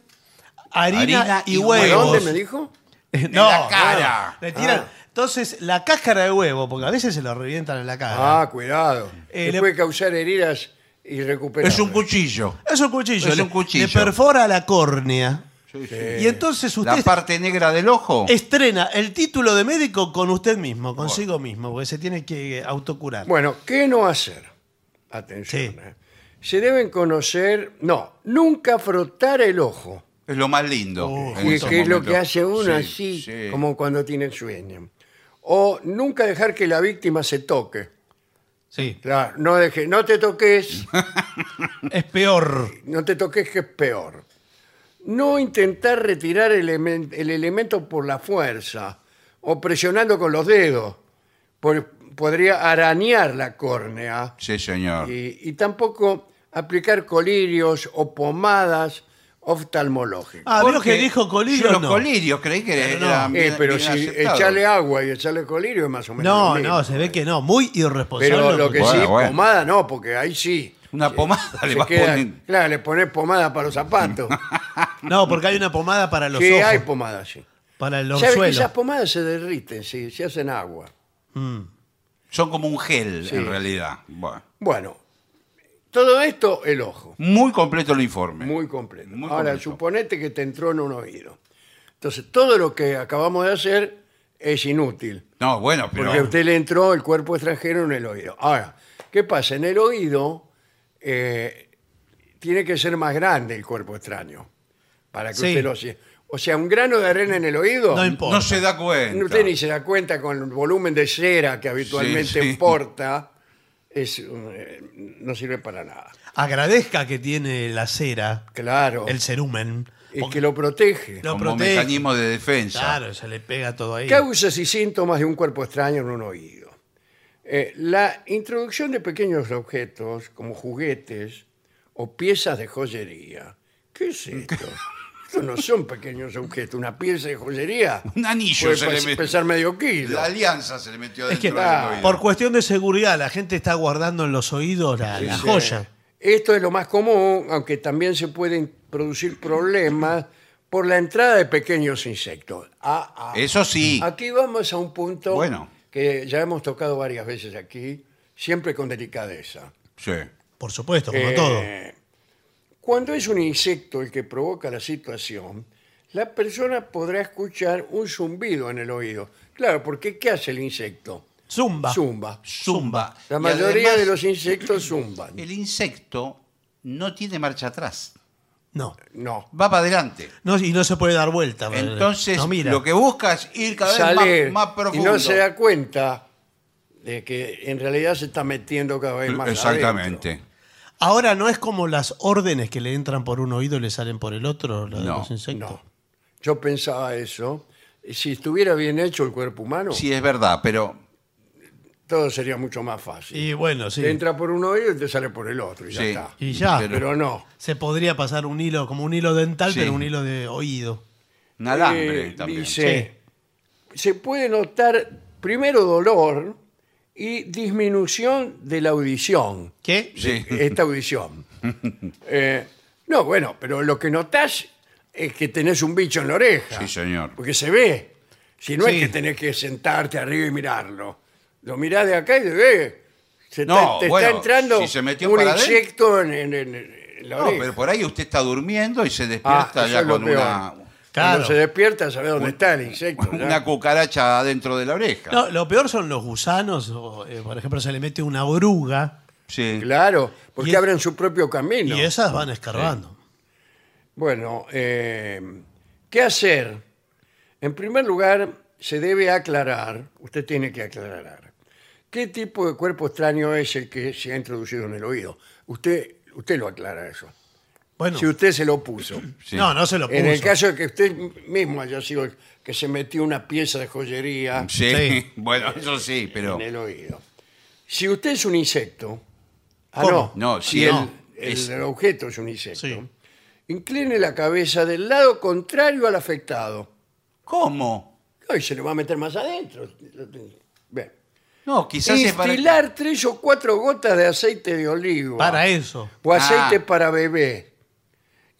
Speaker 3: Harina,
Speaker 4: Harina
Speaker 3: y,
Speaker 4: y
Speaker 1: ¿A
Speaker 3: huevos.
Speaker 1: dónde me dijo?
Speaker 3: En
Speaker 4: la cara.
Speaker 3: Le tiran.
Speaker 1: Ah.
Speaker 3: Entonces, la cáscara de huevo, porque a veces se lo revientan en la cara.
Speaker 1: Ah, cuidado.
Speaker 3: Eh,
Speaker 1: Te
Speaker 3: le-
Speaker 1: puede causar heridas irrecuperables.
Speaker 4: Es un cuchillo.
Speaker 3: Es un cuchillo.
Speaker 4: Es
Speaker 3: le-
Speaker 4: un cuchillo.
Speaker 3: Le perfora la córnea.
Speaker 1: Eh,
Speaker 3: y entonces usted
Speaker 4: La parte negra del ojo.
Speaker 3: estrena el título de médico con usted mismo, consigo mismo, porque se tiene que autocurar.
Speaker 1: Bueno, ¿qué no hacer? Atención.
Speaker 3: Sí.
Speaker 1: eh. Se deben conocer, no, nunca frotar el ojo,
Speaker 4: Es lo más lindo.
Speaker 3: Oh,
Speaker 4: en
Speaker 1: que,
Speaker 4: esos
Speaker 1: que es lo
Speaker 4: momentos.
Speaker 1: que hace uno
Speaker 4: Sí,
Speaker 1: así,
Speaker 4: sí.
Speaker 1: como cuando tiene sueño. O nunca dejar que la víctima se toque.
Speaker 3: Sí.
Speaker 1: Claro, no, deje, no te toques,
Speaker 3: Es peor.
Speaker 1: no te toques que es peor. No intentar retirar elemen- el elemento por la fuerza o presionando con los dedos. por- podría arañar la córnea.
Speaker 4: Sí, señor.
Speaker 1: y, y tampoco aplicar colirios o pomadas oftalmológicas.
Speaker 3: Ah, veo
Speaker 4: Porque
Speaker 3: que dijo
Speaker 4: yo
Speaker 3: colirio.
Speaker 4: los
Speaker 3: no.
Speaker 4: colirios creí que
Speaker 3: Pero no.
Speaker 4: eran
Speaker 1: Eh,
Speaker 4: bien-
Speaker 1: pero
Speaker 4: bien
Speaker 1: si
Speaker 4: aceptados.
Speaker 1: echarle agua y echarle colirio es más o menos.
Speaker 3: No,
Speaker 1: lo mismo.
Speaker 3: no, se ve que no. Muy irresponsable.
Speaker 1: Pero lo que
Speaker 4: Bueno,
Speaker 1: sí,
Speaker 4: bueno.
Speaker 1: pomada no, porque ahí sí.
Speaker 4: Una
Speaker 1: Se-
Speaker 4: pomada le
Speaker 1: se
Speaker 4: va a
Speaker 1: queda-
Speaker 4: poner.
Speaker 1: Claro, le pones pomada para los zapatos.
Speaker 3: No, porque hay una pomada para los
Speaker 1: sí,
Speaker 3: ojos.
Speaker 1: hay pomada, sí.
Speaker 3: Para el
Speaker 1: ¿Sabe que esas
Speaker 3: orzuelo.
Speaker 1: pomadas se derriten, sí, se hacen agua.
Speaker 4: Son como un gel,
Speaker 1: Sí.
Speaker 4: en realidad. Bueno,
Speaker 1: Bueno, todo esto, el ojo.
Speaker 4: muy completo el informe.
Speaker 1: Muy completo.
Speaker 4: Muy
Speaker 1: Ahora,
Speaker 4: completo.
Speaker 1: suponete que te entró en un oído. Entonces, todo lo que acabamos de hacer es inútil,
Speaker 4: No, bueno, pero.
Speaker 1: porque a usted le entró el cuerpo extranjero en el oído. Ahora, ¿qué pasa? En el oído eh, tiene que ser más grande el cuerpo extraño. Para que
Speaker 3: Sí.
Speaker 1: usted lo sie- O sea, un grano de arena en el oído.
Speaker 3: No importa.
Speaker 4: No se da cuenta.
Speaker 1: Usted ni se da cuenta con el volumen de cera que habitualmente
Speaker 4: Sí, sí.
Speaker 1: porta. Es, un- eh, no sirve para nada.
Speaker 3: Agradezca que tiene la cera,
Speaker 1: Claro.
Speaker 3: el cerumen.
Speaker 1: es
Speaker 3: porque
Speaker 1: que lo protege.
Speaker 3: lo
Speaker 4: Como
Speaker 3: protege.
Speaker 4: mecanismo de defensa.
Speaker 3: Claro, se le pega todo ahí.
Speaker 1: Causas y síntomas de un cuerpo extraño en un oído. Eh, la introducción de pequeños objetos como juguetes o piezas de joyería. ¿Qué es esto? Estos no son pequeños objetos. Una pieza de joyería
Speaker 4: Un anillo
Speaker 1: puede
Speaker 4: se le
Speaker 1: pas-
Speaker 4: mete.
Speaker 1: pesar medio kilo.
Speaker 4: La alianza se le metió
Speaker 3: Es
Speaker 4: dentro
Speaker 3: que
Speaker 1: ah,
Speaker 4: del oído.
Speaker 3: por cuestión de seguridad, la gente está guardando en los oídos la, la
Speaker 1: Dice,
Speaker 3: joya.
Speaker 1: Esto es lo más común, aunque también se pueden producir problemas por la entrada de pequeños insectos. Ah, ah.
Speaker 4: Eso sí.
Speaker 1: Aquí vamos a un punto
Speaker 4: Bueno.
Speaker 1: que ya hemos tocado varias veces aquí, siempre con delicadeza.
Speaker 4: Sí.
Speaker 3: Por supuesto, como
Speaker 1: Eh,
Speaker 3: todo.
Speaker 1: Cuando es un insecto el que provoca la situación, la persona podrá escuchar un zumbido en el oído. Claro, porque ¿qué hace el insecto?
Speaker 3: Zumba.
Speaker 1: Zumba.
Speaker 3: Zumba.
Speaker 1: La
Speaker 4: Y
Speaker 1: mayoría
Speaker 4: además,
Speaker 1: de los insectos zumban.
Speaker 4: El insecto no tiene marcha atrás.
Speaker 3: No.
Speaker 1: No.
Speaker 4: Va para adelante.
Speaker 3: No, Y no se puede dar vuelta.
Speaker 4: Entonces,
Speaker 3: no mira.
Speaker 4: lo que busca es ir cada
Speaker 1: sale
Speaker 4: vez más, más
Speaker 1: y
Speaker 4: profundo.
Speaker 1: no se da cuenta de que en realidad se está metiendo cada vez más
Speaker 4: Eh, Exactamente.
Speaker 1: adentro.
Speaker 3: Ahora no es como las órdenes que le entran por un oído y le salen por el otro, la de
Speaker 4: No,
Speaker 3: los insectos.
Speaker 1: No, yo pensaba eso. Si estuviera bien hecho el cuerpo humano,
Speaker 4: Sí, es verdad, pero
Speaker 1: todo sería mucho más fácil.
Speaker 3: Y bueno, sí.
Speaker 1: Te entra por un oído y te sale por el otro y ya
Speaker 4: Sí.
Speaker 1: está.
Speaker 3: Y ya.
Speaker 4: Pero-
Speaker 1: Pero no.
Speaker 3: Se podría pasar un hilo, como un hilo dental,
Speaker 4: Sí.
Speaker 3: pero un hilo de oído.
Speaker 4: un alambre
Speaker 1: Eh,
Speaker 4: también.
Speaker 1: Dice, se puede notar primero dolor y disminución de la audición.
Speaker 3: ¿Qué?
Speaker 4: Sí.
Speaker 1: esta audición. Eh, no, bueno, pero lo que notás es que tenés un bicho en la oreja.
Speaker 4: Sí, señor.
Speaker 1: Porque se ve. Si no
Speaker 3: Sí.
Speaker 1: es que tenés que sentarte arriba y mirarlo. Lo mirás de acá y te ve. Se
Speaker 4: No,
Speaker 1: está- te
Speaker 4: bueno,
Speaker 1: está entrando
Speaker 4: si se metió
Speaker 1: un
Speaker 4: para adentro.
Speaker 1: insecto en, en- en- en la
Speaker 4: No,
Speaker 1: oreja.
Speaker 4: pero por ahí usted está durmiendo y se despierta
Speaker 1: Ah, eso
Speaker 4: ya
Speaker 1: es lo
Speaker 4: con una,
Speaker 1: peor.
Speaker 3: Claro.
Speaker 1: Cuando se despierta, sabe dónde
Speaker 4: un-
Speaker 1: está el insecto. ya.
Speaker 4: una cucaracha adentro de la oreja.
Speaker 3: No, lo peor son los gusanos. o, eh, por ejemplo, se le mete una oruga
Speaker 4: Sí.
Speaker 1: Claro, porque
Speaker 3: Y es-
Speaker 1: abren su propio camino.
Speaker 3: y esas van escarbando.
Speaker 1: Bueno, eh, ¿qué hacer? En primer lugar, se debe aclarar, usted tiene que aclarar, qué tipo de cuerpo extraño es el que se ha introducido en el oído. Usted, usted lo aclara eso.
Speaker 3: Bueno,
Speaker 1: Si usted se lo puso.
Speaker 4: sí.
Speaker 3: no, no se lo puso.
Speaker 1: En el caso de que usted mismo haya sido el que se metió una pieza de joyería
Speaker 4: Mm, Sí,
Speaker 3: Sí.
Speaker 4: bueno, eso sí, pero
Speaker 1: en el oído. Si usted es un insecto, ah,
Speaker 3: ¿Cómo?
Speaker 1: no,
Speaker 4: No,
Speaker 1: si
Speaker 4: sí,
Speaker 1: el,
Speaker 4: no,
Speaker 1: el
Speaker 4: es-
Speaker 1: objeto es un insecto,
Speaker 3: Sí.
Speaker 1: incline la cabeza del lado contrario al afectado.
Speaker 4: ¿cómo?
Speaker 1: Ay, se le va a meter más adentro. Bien.
Speaker 4: No, quizás es para
Speaker 1: Instilar tres o cuatro gotas de aceite de oliva.
Speaker 3: Para eso.
Speaker 1: O aceite
Speaker 4: Ah.
Speaker 1: para bebé.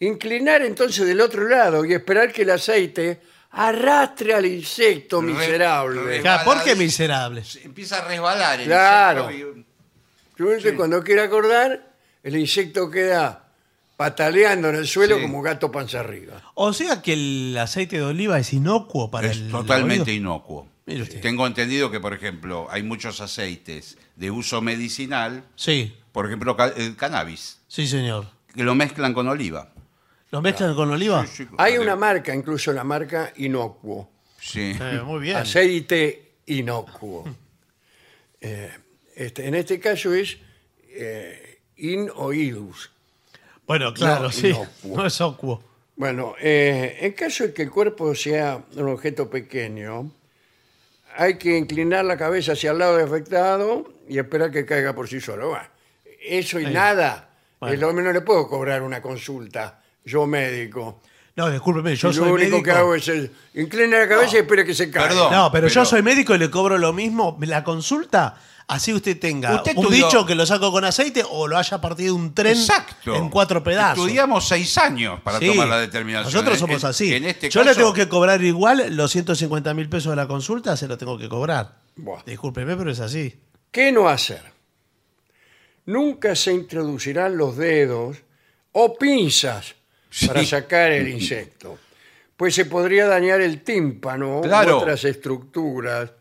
Speaker 1: Inclinar entonces del otro lado y esperar que el aceite arrastre al insecto
Speaker 4: Re-
Speaker 1: miserable.
Speaker 4: re-
Speaker 3: Claro, ¿Por qué
Speaker 4: Baladí.
Speaker 3: miserables?
Speaker 4: empieza a resbalar el
Speaker 1: Claro.
Speaker 4: insecto y-
Speaker 1: Simplemente cuando quiera acordar, el insecto queda pataleando en el suelo
Speaker 4: Sí.
Speaker 1: como gato panza arriba.
Speaker 3: O sea que el aceite de oliva es inocuo para
Speaker 4: es
Speaker 3: el
Speaker 4: totalmente
Speaker 3: oído.
Speaker 4: inocuo.
Speaker 3: Mire usted.
Speaker 4: Tengo entendido que, por ejemplo, hay muchos aceites de uso medicinal,
Speaker 3: Sí,
Speaker 4: por ejemplo, ca- el cannabis,
Speaker 3: sí, señor.
Speaker 4: que lo mezclan con oliva.
Speaker 3: ¿Lo mezclan con oliva?
Speaker 4: Sí, sí,
Speaker 1: Ah. Hay
Speaker 4: de-
Speaker 1: una marca, incluso la marca Inocuo.
Speaker 4: Sí.
Speaker 3: Eh, muy bien.
Speaker 1: aceite inocuo. Eh, este, en este caso es eh, in oidus.
Speaker 3: Bueno, claro,
Speaker 1: No,
Speaker 3: sí.
Speaker 1: inocuo.
Speaker 3: No es ocuo.
Speaker 1: Bueno, eh, en caso de que el cuerpo sea un objeto pequeño, hay que inclinar la cabeza hacia el lado afectado y esperar que caiga por sí solo. Bueno, eso y nada.
Speaker 3: Bueno.
Speaker 1: El hombre no le puedo cobrar una consulta, yo médico.
Speaker 3: No, discúlpeme, yo
Speaker 1: Y lo
Speaker 3: soy
Speaker 1: único
Speaker 3: médico.
Speaker 1: que hago es el- inclina la cabeza y espera que se caiga.
Speaker 4: Perdón.
Speaker 3: No, pero, yo
Speaker 4: Pero-
Speaker 3: soy médico y le cobro lo mismo. La consulta, así usted tenga
Speaker 4: Usted
Speaker 3: un
Speaker 4: estudió-
Speaker 3: bicho que lo saco con aceite o lo haya partido un tren
Speaker 4: Exacto.
Speaker 3: en cuatro pedazos.
Speaker 4: Estudiamos seis años para
Speaker 3: Sí.
Speaker 4: tomar la determinación.
Speaker 3: Nosotros
Speaker 4: En-
Speaker 3: somos
Speaker 4: en-
Speaker 3: así.
Speaker 4: en este
Speaker 3: Yo le
Speaker 4: caso-
Speaker 3: tengo que cobrar igual los 150 mil pesos de la consulta, se lo tengo que cobrar.
Speaker 1: Buah.
Speaker 3: Discúlpeme, pero es así.
Speaker 1: ¿Qué no hacer? Nunca se introducirán los dedos o pinzas para sacar el insecto, pues se podría dañar el tímpano
Speaker 4: Claro.
Speaker 1: u otras estructuras.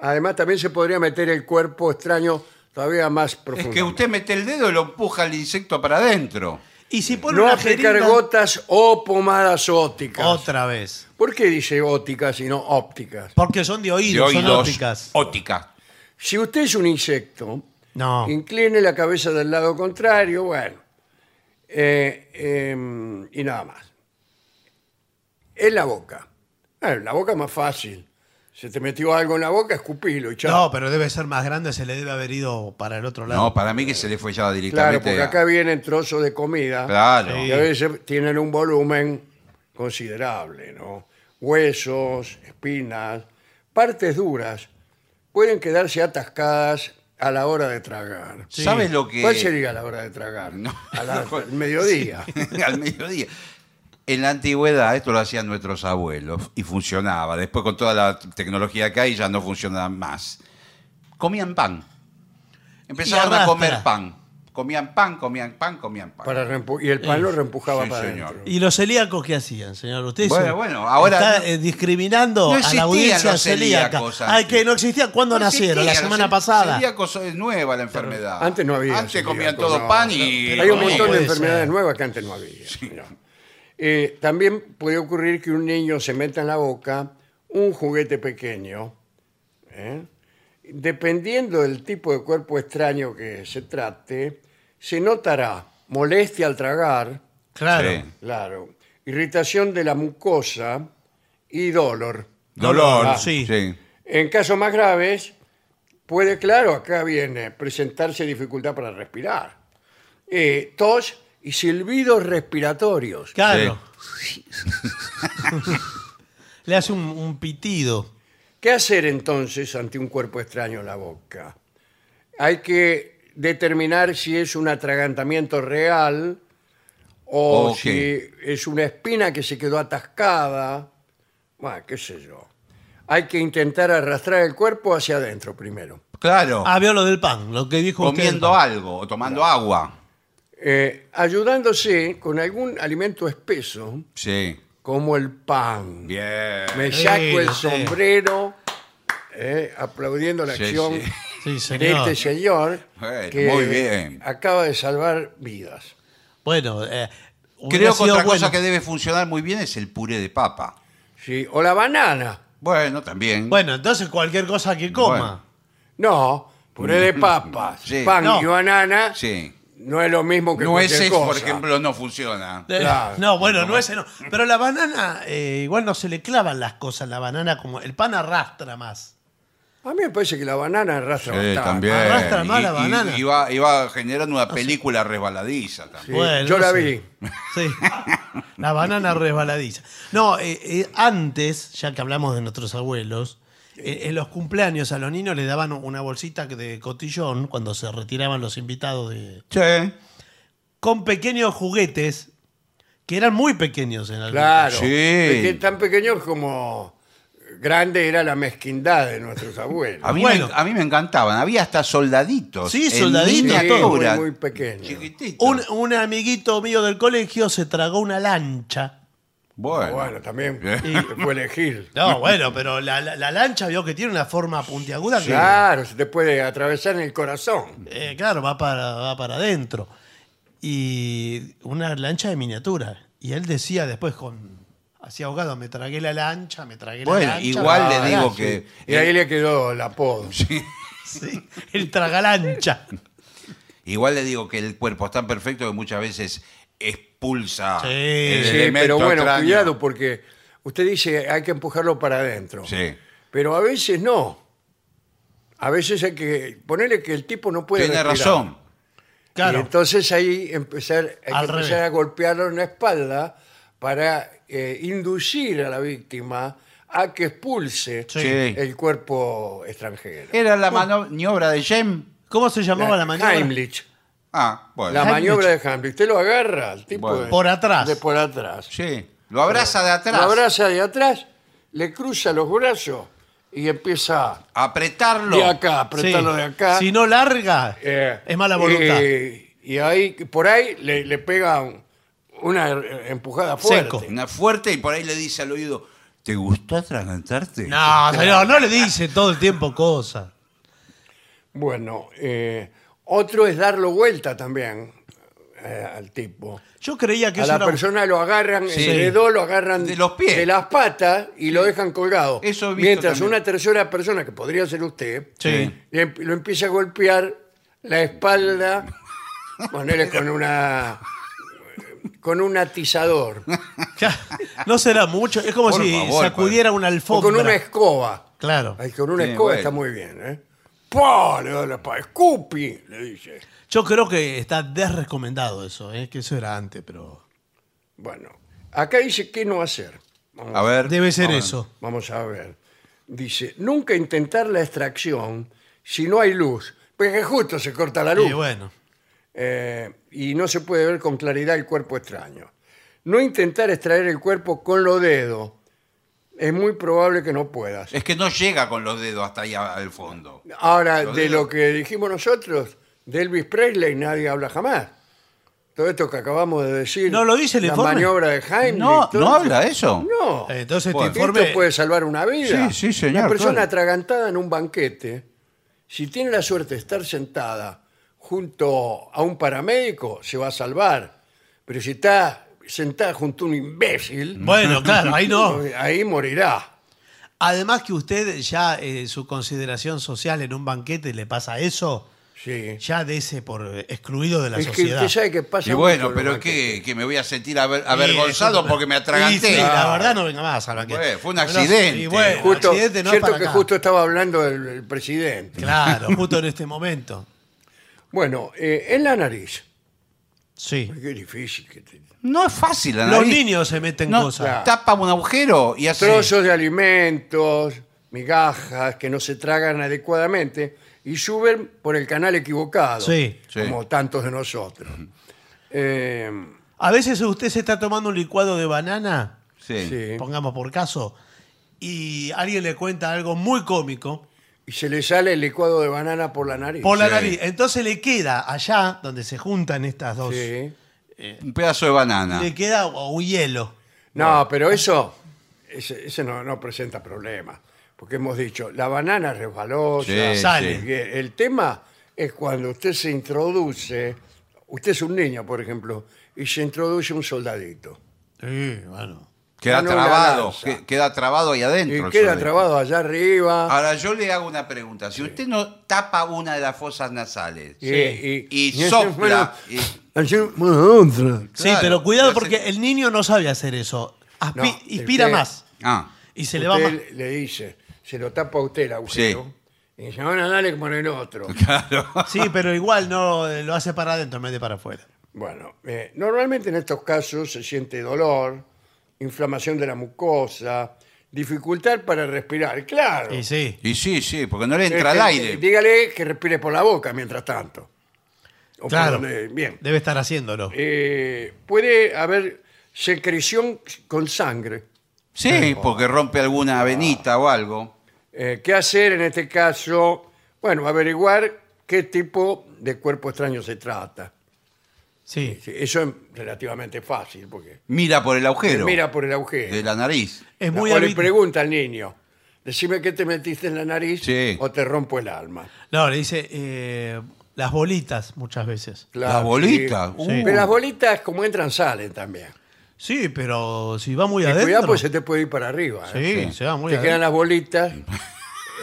Speaker 1: Además, también se podría meter el cuerpo extraño todavía más
Speaker 4: Es
Speaker 1: profundo.
Speaker 4: que usted mete el dedo y lo empuja al insecto para adentro.
Speaker 3: Y si pone
Speaker 1: No
Speaker 3: una
Speaker 1: aplicar
Speaker 3: jeringa-
Speaker 1: gotas o pomadas ópticas.
Speaker 3: Otra vez.
Speaker 1: ¿Por qué dice ópticas y no ópticas?
Speaker 3: Porque son de
Speaker 4: De
Speaker 3: oídos, son
Speaker 4: oídos.
Speaker 3: ópticas.
Speaker 4: Óptica.
Speaker 1: Si usted es un insecto,
Speaker 3: No.
Speaker 1: incline la cabeza del lado contrario, bueno, eh, eh, y nada más. En la boca. Ah, en la boca es más fácil. Se te metió algo en la boca, escupilo y chao.
Speaker 3: No, pero debe ser más grande, se le debe haber ido para el otro lado.
Speaker 4: No, para mí que se le fue ya
Speaker 1: claro,
Speaker 4: directamente.
Speaker 1: porque acá vienen trozos de comida.
Speaker 4: Claro.
Speaker 1: Y a veces tienen un volumen considerable, ¿no? Huesos, espinas, partes duras pueden quedarse atascadas a la hora de tragar.
Speaker 3: Sí.
Speaker 4: ¿Sabes lo que.?
Speaker 1: ¿Cuál sería la hora de tragar?
Speaker 4: No.
Speaker 1: A las- al mediodía.
Speaker 4: al mediodía. En la antigüedad esto lo hacían nuestros abuelos y funcionaba. Después con toda la tecnología que hay ya no funcionaba más. Comían pan. Empezaron a
Speaker 3: arrastra.
Speaker 4: comer pan. Comían pan, comían pan, comían pan.
Speaker 1: Para reempu- y el pan lo reempujaba
Speaker 4: Sí,
Speaker 1: para
Speaker 4: señor.
Speaker 1: adentro.
Speaker 3: ¿Y los celíacos qué hacían, señor? Usted
Speaker 4: Bueno,
Speaker 3: se-
Speaker 4: bueno, ahora
Speaker 3: está
Speaker 4: no-
Speaker 3: eh, discriminando
Speaker 4: No
Speaker 3: a
Speaker 4: existían
Speaker 3: la audiencia
Speaker 4: los
Speaker 3: celíaca.
Speaker 4: celíacos
Speaker 3: Ay,
Speaker 4: antes.
Speaker 3: que no existían cuando nacieron, la semana pasada.
Speaker 4: Sería cosa nueva la enfermedad.
Speaker 1: Antes no había.
Speaker 4: Antes
Speaker 1: celíaco,
Speaker 4: comían todo
Speaker 1: no.
Speaker 4: pan y.
Speaker 1: Hay un
Speaker 3: ¿Cómo
Speaker 1: montón de
Speaker 3: puede
Speaker 1: enfermedades
Speaker 3: ser?
Speaker 1: nuevas que antes no había. señor. Eh, también puede ocurrir que un niño se meta en la boca un juguete pequeño. ¿eh? Dependiendo del tipo de cuerpo extraño que se trate, se notará molestia al tragar,
Speaker 3: Claro.
Speaker 4: Sí.
Speaker 1: claro, irritación de la mucosa y dolor.
Speaker 4: Dolor.
Speaker 1: Ah.
Speaker 3: sí.
Speaker 1: En casos más graves, puede, claro, acá viene, presentarse dificultad para respirar, Eh, tos y silbidos respiratorios.
Speaker 3: Claro. le hace un, un pitido.
Speaker 1: ¿Qué hacer entonces ante un cuerpo extraño en la boca? Hay que determinar si es un atragantamiento real o
Speaker 4: Ok.
Speaker 1: si es una espina que se quedó atascada. Bueno, qué sé yo. Hay que intentar arrastrar el cuerpo hacia adentro primero.
Speaker 4: Claro.
Speaker 3: Ah, veo lo del pan, lo que dijo usted.
Speaker 4: comiendo algo o tomando agua.
Speaker 1: Eh, ayudándose con algún alimento espeso,
Speaker 4: Sí.
Speaker 1: como el pan.
Speaker 4: Bien.
Speaker 1: Me
Speaker 3: Sí,
Speaker 1: saco el
Speaker 3: lo sé.
Speaker 1: sombrero, eh, aplaudiendo la
Speaker 4: Sí,
Speaker 1: acción
Speaker 4: sí.
Speaker 3: Sí,
Speaker 1: de
Speaker 3: señor.
Speaker 1: este señor
Speaker 4: Bueno,
Speaker 1: que
Speaker 4: muy bien.
Speaker 1: acaba de salvar vidas.
Speaker 3: Bueno, eh, hubiera
Speaker 4: Creo que
Speaker 3: sido
Speaker 4: otra
Speaker 3: bueno.
Speaker 4: cosa que debe funcionar muy bien es el puré de papa.
Speaker 1: Sí, O la banana.
Speaker 4: Bueno, también.
Speaker 3: Bueno, entonces cualquier cosa que coma.
Speaker 1: No, puré de papas,
Speaker 4: Sí.
Speaker 1: pan
Speaker 3: No.
Speaker 1: y banana
Speaker 4: Sí.
Speaker 1: no es lo mismo que
Speaker 4: Nueces,
Speaker 1: cualquier cosa.
Speaker 4: por ejemplo, no funciona.
Speaker 3: Eh,
Speaker 1: Claro.
Speaker 3: No, bueno, no ese no. Pero la banana, eh, igual no se le clavan las cosas, la banana como. El pan arrastra más.
Speaker 1: A mí me parece que la banana arrastra bastante.
Speaker 3: Arrastra más la
Speaker 4: Y- y-
Speaker 3: banana. Ah,
Speaker 4: Y, va, y va generando una película resbaladiza
Speaker 1: Sí,
Speaker 4: también.
Speaker 3: Bueno,
Speaker 1: yo
Speaker 3: no
Speaker 1: la
Speaker 3: sé.
Speaker 1: vi.
Speaker 3: Sí. La banana resbaladiza. No, eh, eh, antes, ya que hablamos de nuestros abuelos, eh, en los cumpleaños a los niños les daban una bolsita de cotillón cuando se retiraban los invitados de,
Speaker 4: Sí.
Speaker 3: con pequeños juguetes que eran muy pequeños en algún
Speaker 1: Claro.
Speaker 4: Sí.
Speaker 1: Peque- tan pequeños como grande era la mezquindad de nuestros
Speaker 4: A
Speaker 1: abuelos.
Speaker 4: mí,
Speaker 3: Bueno.
Speaker 4: me, a mí me encantaban. Había hasta soldaditos.
Speaker 3: Sí,
Speaker 4: en
Speaker 3: soldaditos,
Speaker 1: Sí,
Speaker 3: todo.
Speaker 1: muy,
Speaker 4: miniatura.
Speaker 1: muy pequeños.
Speaker 4: Chiquitito.
Speaker 3: Un, un amiguito mío del colegio se tragó una lancha.
Speaker 4: Bueno.
Speaker 1: Bueno, también
Speaker 4: Sí.
Speaker 1: se puede elegir.
Speaker 3: No, bueno, pero la, la- la lancha vio que tiene una forma puntiaguda que,
Speaker 1: Claro, se te puede atravesar en el corazón.
Speaker 3: eh, claro, va para, va para adentro. Y una lancha de miniatura. Y él decía después con así ahogado, me tragué la lancha, me tragué
Speaker 4: Bueno,
Speaker 3: la lancha.
Speaker 4: igual
Speaker 3: me
Speaker 4: le
Speaker 3: tragué la
Speaker 4: digo
Speaker 3: lancha".
Speaker 4: que-
Speaker 1: Y ahí le quedó el apodo.
Speaker 3: Sí, el tragalancha.
Speaker 4: Igual le digo que el cuerpo es tan perfecto que muchas veces expulsa.
Speaker 3: Sí.
Speaker 4: el
Speaker 1: Sí,
Speaker 4: elemento
Speaker 1: pero bueno,
Speaker 4: extraño.
Speaker 1: cuidado porque usted dice hay que empujarlo para adentro.
Speaker 4: Sí.
Speaker 1: Pero a veces no. A veces hay que ponerle que el tipo no puede.
Speaker 4: Tiene
Speaker 1: respirar.
Speaker 4: razón.
Speaker 1: Y
Speaker 3: Claro.
Speaker 1: entonces ahí empezar, hay
Speaker 3: Al
Speaker 1: que
Speaker 3: revés.
Speaker 1: empezar a golpearlo en la espalda para eh, inducir a la víctima a que expulse
Speaker 3: Sí.
Speaker 1: el cuerpo extranjero.
Speaker 4: Era la maniobra de Jem.
Speaker 3: ¿Cómo se llamaba la, maniobra?
Speaker 1: Heimlich.
Speaker 4: Ah, bueno.
Speaker 1: La
Speaker 3: Heimlich.
Speaker 1: maniobra de Heimlich. Usted lo agarra, el tipo.
Speaker 4: Bueno.
Speaker 1: de-
Speaker 3: Por atrás.
Speaker 1: De por atrás.
Speaker 4: Sí. Lo abraza de atrás.
Speaker 1: Lo abraza de atrás, le cruza los brazos y empieza
Speaker 4: Apretarlo.
Speaker 1: de acá, apretarlo
Speaker 3: Sí.
Speaker 1: de acá.
Speaker 3: Si no larga,
Speaker 1: Eh,
Speaker 3: es mala voluntad.
Speaker 1: eh, Y, ahí, por ahí le, le pega un- una eh, empujada fuerte.
Speaker 3: Seco.
Speaker 4: Una fuerte y por ahí le dice al oído, ¿te gustó atragantarte?
Speaker 3: No, señor, no le dice todo el tiempo cosas.
Speaker 1: Bueno, eh, otro es darlo vuelta también. eh, al tipo.
Speaker 3: Yo creía que
Speaker 1: A
Speaker 3: eso
Speaker 1: la
Speaker 3: era...
Speaker 1: persona lo agarran,
Speaker 4: Sí.
Speaker 1: el dedo lo agarran
Speaker 4: De los pies.
Speaker 1: de las patas y lo dejan colgado.
Speaker 4: Eso he visto
Speaker 1: Mientras
Speaker 4: también.
Speaker 1: una tercera persona, que podría ser usted,
Speaker 3: Sí.
Speaker 1: le em- lo empieza a golpear la espalda, ponerle con una con un atizador
Speaker 3: no será mucho. Es como
Speaker 4: Por
Speaker 3: si
Speaker 4: favor,
Speaker 3: sacudiera una
Speaker 1: o
Speaker 3: alfombra.
Speaker 1: con una escoba.
Speaker 3: Claro.
Speaker 1: Ay, con una
Speaker 4: Sí,
Speaker 1: escoba
Speaker 4: bueno.
Speaker 1: está muy bien, ¿eh? ¡Pah! Le da la pa- ¡Escupi! Le dice.
Speaker 3: Yo creo que está desrecomendado eso, ¿eh? que eso era antes, pero...
Speaker 1: Bueno, acá dice qué no hacer. Vamos
Speaker 4: A ver.
Speaker 3: Debe ser
Speaker 4: Ahora.
Speaker 3: eso.
Speaker 1: Vamos a ver. Dice, nunca intentar la extracción si no hay luz. Porque justo se corta la luz.
Speaker 3: Y bueno,
Speaker 1: eh, y no se puede ver con claridad el cuerpo extraño. No intentar extraer el cuerpo con los dedos. Es muy probable que no puedas.
Speaker 4: Es que no llega con los dedos hasta allá al fondo.
Speaker 1: Ahora,
Speaker 4: Los
Speaker 1: de
Speaker 4: dedos.
Speaker 1: lo que dijimos nosotros, de Elvis Presley, nadie habla jamás. Todo esto que acabamos de decir.
Speaker 3: No lo dice el
Speaker 1: la
Speaker 3: informe.
Speaker 1: maniobra de Heinrich.
Speaker 4: No,
Speaker 1: todo
Speaker 4: no
Speaker 1: eso-
Speaker 4: habla eso.
Speaker 1: No.
Speaker 3: eh, entonces
Speaker 4: Bueno.
Speaker 3: este informe...
Speaker 1: Esto puede salvar una vida.
Speaker 4: Sí, sí, señor,
Speaker 1: Una persona
Speaker 4: claro.
Speaker 1: atragantada en un banquete, si tiene la suerte de estar sentada junto a un paramédico, se va a salvar. Pero si está sentada junto a un imbécil,
Speaker 3: Bueno, claro, ahí no.
Speaker 1: ahí morirá.
Speaker 3: Además que usted ya eh, su consideración social en un banquete le pasa eso,
Speaker 1: Sí.
Speaker 3: ya de ese por eh, excluido de la
Speaker 1: Es que
Speaker 3: sociedad.
Speaker 1: usted sabe que pasa
Speaker 4: Y
Speaker 1: mucho
Speaker 4: bueno,
Speaker 1: en
Speaker 4: pero
Speaker 1: los
Speaker 4: que,
Speaker 1: banquetes.
Speaker 4: que me voy a sentir aver-
Speaker 3: Sí,
Speaker 4: avergonzado
Speaker 3: eso-
Speaker 4: porque me atraganté.
Speaker 3: Y sí,
Speaker 4: Ah.
Speaker 3: la verdad no venga más al banquete.
Speaker 4: Fue- fue un
Speaker 3: No,
Speaker 4: accidente.
Speaker 3: y bueno,
Speaker 1: Justo,
Speaker 3: accidente no es
Speaker 1: cierto
Speaker 3: para
Speaker 1: que
Speaker 3: acá.
Speaker 1: justo estaba hablando el, el presidente.
Speaker 3: Claro, justo en este momento.
Speaker 1: Bueno, eh, en la nariz.
Speaker 3: Sí.
Speaker 1: Qué difícil que te-
Speaker 4: No es fácil la
Speaker 3: Los
Speaker 4: nariz.
Speaker 3: niños se meten
Speaker 4: No,
Speaker 3: cosas.
Speaker 1: claro.
Speaker 4: Tapa un agujero y hace.
Speaker 1: trozos de alimentos, migajas que no se tragan adecuadamente y suben por el canal equivocado,
Speaker 3: Sí.
Speaker 4: Sí.
Speaker 1: como tantos de nosotros. Eh,
Speaker 3: A veces usted se está tomando un licuado de banana,
Speaker 4: Sí.
Speaker 1: sí.
Speaker 3: pongamos por caso, y alguien le cuenta algo muy cómico
Speaker 1: Y se le sale el licuado de banana por la nariz.
Speaker 3: por la
Speaker 4: Sí.
Speaker 3: nariz. Entonces le queda allá, donde se juntan estas dos,
Speaker 1: Sí.
Speaker 4: Un pedazo de banana.
Speaker 3: le queda o un hielo.
Speaker 1: No, pero eso, ese, ese no, no presenta problema, porque hemos dicho, la banana es resbalosa,
Speaker 4: Sí,
Speaker 3: sale.
Speaker 1: Y El tema es cuando usted se introduce, usted es un niño, por ejemplo, y se introduce un soldadito.
Speaker 3: Sí, bueno.
Speaker 4: Queda
Speaker 1: No, no, la
Speaker 4: trabado.
Speaker 1: lanza.
Speaker 4: que- Queda trabado ahí
Speaker 1: Y
Speaker 4: adentro.
Speaker 1: queda
Speaker 4: el soldadito. Ah.
Speaker 1: trabado allá arriba.
Speaker 4: Ahora yo le hago una pregunta. Si usted no tapa una de las fosas nasales
Speaker 1: Y, y-
Speaker 4: y
Speaker 1: y
Speaker 4: sopla.
Speaker 1: ese
Speaker 4: y-
Speaker 1: fue- ese fue otro.
Speaker 3: Sí,
Speaker 4: Claro,
Speaker 3: pero cuidado
Speaker 4: le hace-
Speaker 3: porque el niño no sabe hacer eso. Aspi-
Speaker 1: No, el
Speaker 3: inspira
Speaker 1: que-
Speaker 3: más
Speaker 4: Ah,
Speaker 3: y se le va más.
Speaker 1: Usted le dice, se lo tapa a usted el agujero. Y dice, ahora dale con el otro.
Speaker 4: claro.
Speaker 3: Sí, pero igual no eh, lo hace para adentro en vez de para afuera.
Speaker 1: Bueno, eh, normalmente en estos casos se siente dolor, inflamación de la mucosa, dificultad para respirar. Claro.
Speaker 3: Y sí.
Speaker 4: Y sí, sí, porque no le entra
Speaker 1: Este,
Speaker 4: el aire.
Speaker 1: Dígale que respire por la boca mientras tanto. O por
Speaker 3: Claro.
Speaker 1: donde- bien.
Speaker 3: Debe estar haciéndolo.
Speaker 1: Eh, puede haber secreción con sangre.
Speaker 4: Sí, porque rompe alguna venita o algo.
Speaker 1: Eh, ¿Qué hacer en este caso? Bueno, averiguar qué tipo de cuerpo extraño se trata.
Speaker 3: Sí.
Speaker 1: Sí, Eso es relativamente fácil, porque
Speaker 4: Mira por el agujero
Speaker 1: mira por el agujero.
Speaker 4: de la nariz.
Speaker 3: Es muy
Speaker 1: o le
Speaker 3: habit-
Speaker 1: pregunta al niño, decime qué te metiste en la nariz
Speaker 4: Sí.
Speaker 1: o te rompo el alma.
Speaker 3: No, le dice eh, las bolitas muchas veces.
Speaker 4: Las bolitas,
Speaker 1: sí.
Speaker 4: uh.
Speaker 1: Pero las bolitas como entran salen también.
Speaker 3: Sí, pero si va muy
Speaker 1: Y
Speaker 3: adentro.
Speaker 1: cuidado pues se te puede ir para arriba. ¿eh?
Speaker 3: sí,
Speaker 4: Sí.
Speaker 3: se va muy
Speaker 1: te quedan
Speaker 3: adentro.
Speaker 1: las bolitas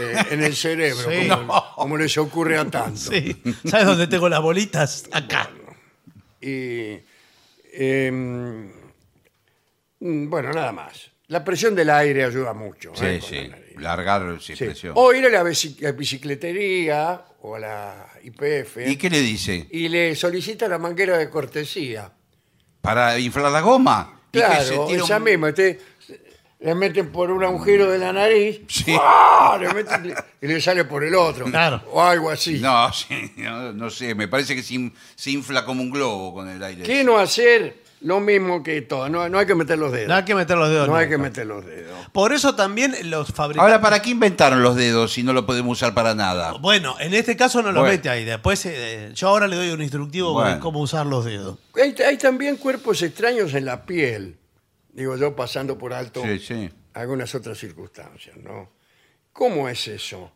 Speaker 1: eh, en el cerebro,
Speaker 3: Sí.
Speaker 1: como, como les ocurre a tantos.
Speaker 3: Sí. ¿Sabes dónde tengo las bolitas? Acá.
Speaker 1: Y, eh, mm, bueno, nada más. La presión del aire ayuda mucho. ¿eh?
Speaker 4: Sí,
Speaker 1: con
Speaker 4: sí.
Speaker 1: la nariz.
Speaker 4: Largar sin
Speaker 1: Sí. Oh,
Speaker 4: presión.
Speaker 1: O ir a la bici- a bicicletería o a la IPF
Speaker 4: ¿Y qué le dice?
Speaker 1: le solicita la manguera de cortesía.
Speaker 4: ¿Para inflar la goma? Y que se
Speaker 1: Claro,
Speaker 4: tira un-
Speaker 1: esa misma. Usted le meten por un agujero de la nariz
Speaker 4: Sí.
Speaker 1: ¡ah! le meten- y le sale por el otro.
Speaker 3: Claro.
Speaker 1: O algo así.
Speaker 4: No, sí, no, no sé, me parece que se, in- se infla como un globo con el aire.
Speaker 1: ¿Qué no hacer? Lo mismo que todo. No, no hay que meter los dedos.
Speaker 3: No hay que meter los dedos.
Speaker 1: No hay
Speaker 3: nunca.
Speaker 1: que meter los dedos.
Speaker 3: Por eso también los fabricantes.
Speaker 4: Ahora, ¿para qué inventaron los dedos si no lo podemos usar para nada?
Speaker 3: Bueno, en este caso no lo
Speaker 4: Bueno.
Speaker 3: mete ahí. Después, eh, yo ahora le doy un instructivo
Speaker 4: Bueno.
Speaker 3: de cómo usar los dedos.
Speaker 1: Hay, hay también cuerpos extraños en la piel. Digo yo, pasando por alto
Speaker 4: Sí, sí.
Speaker 1: algunas otras circunstancias, ¿no? ¿Cómo es eso?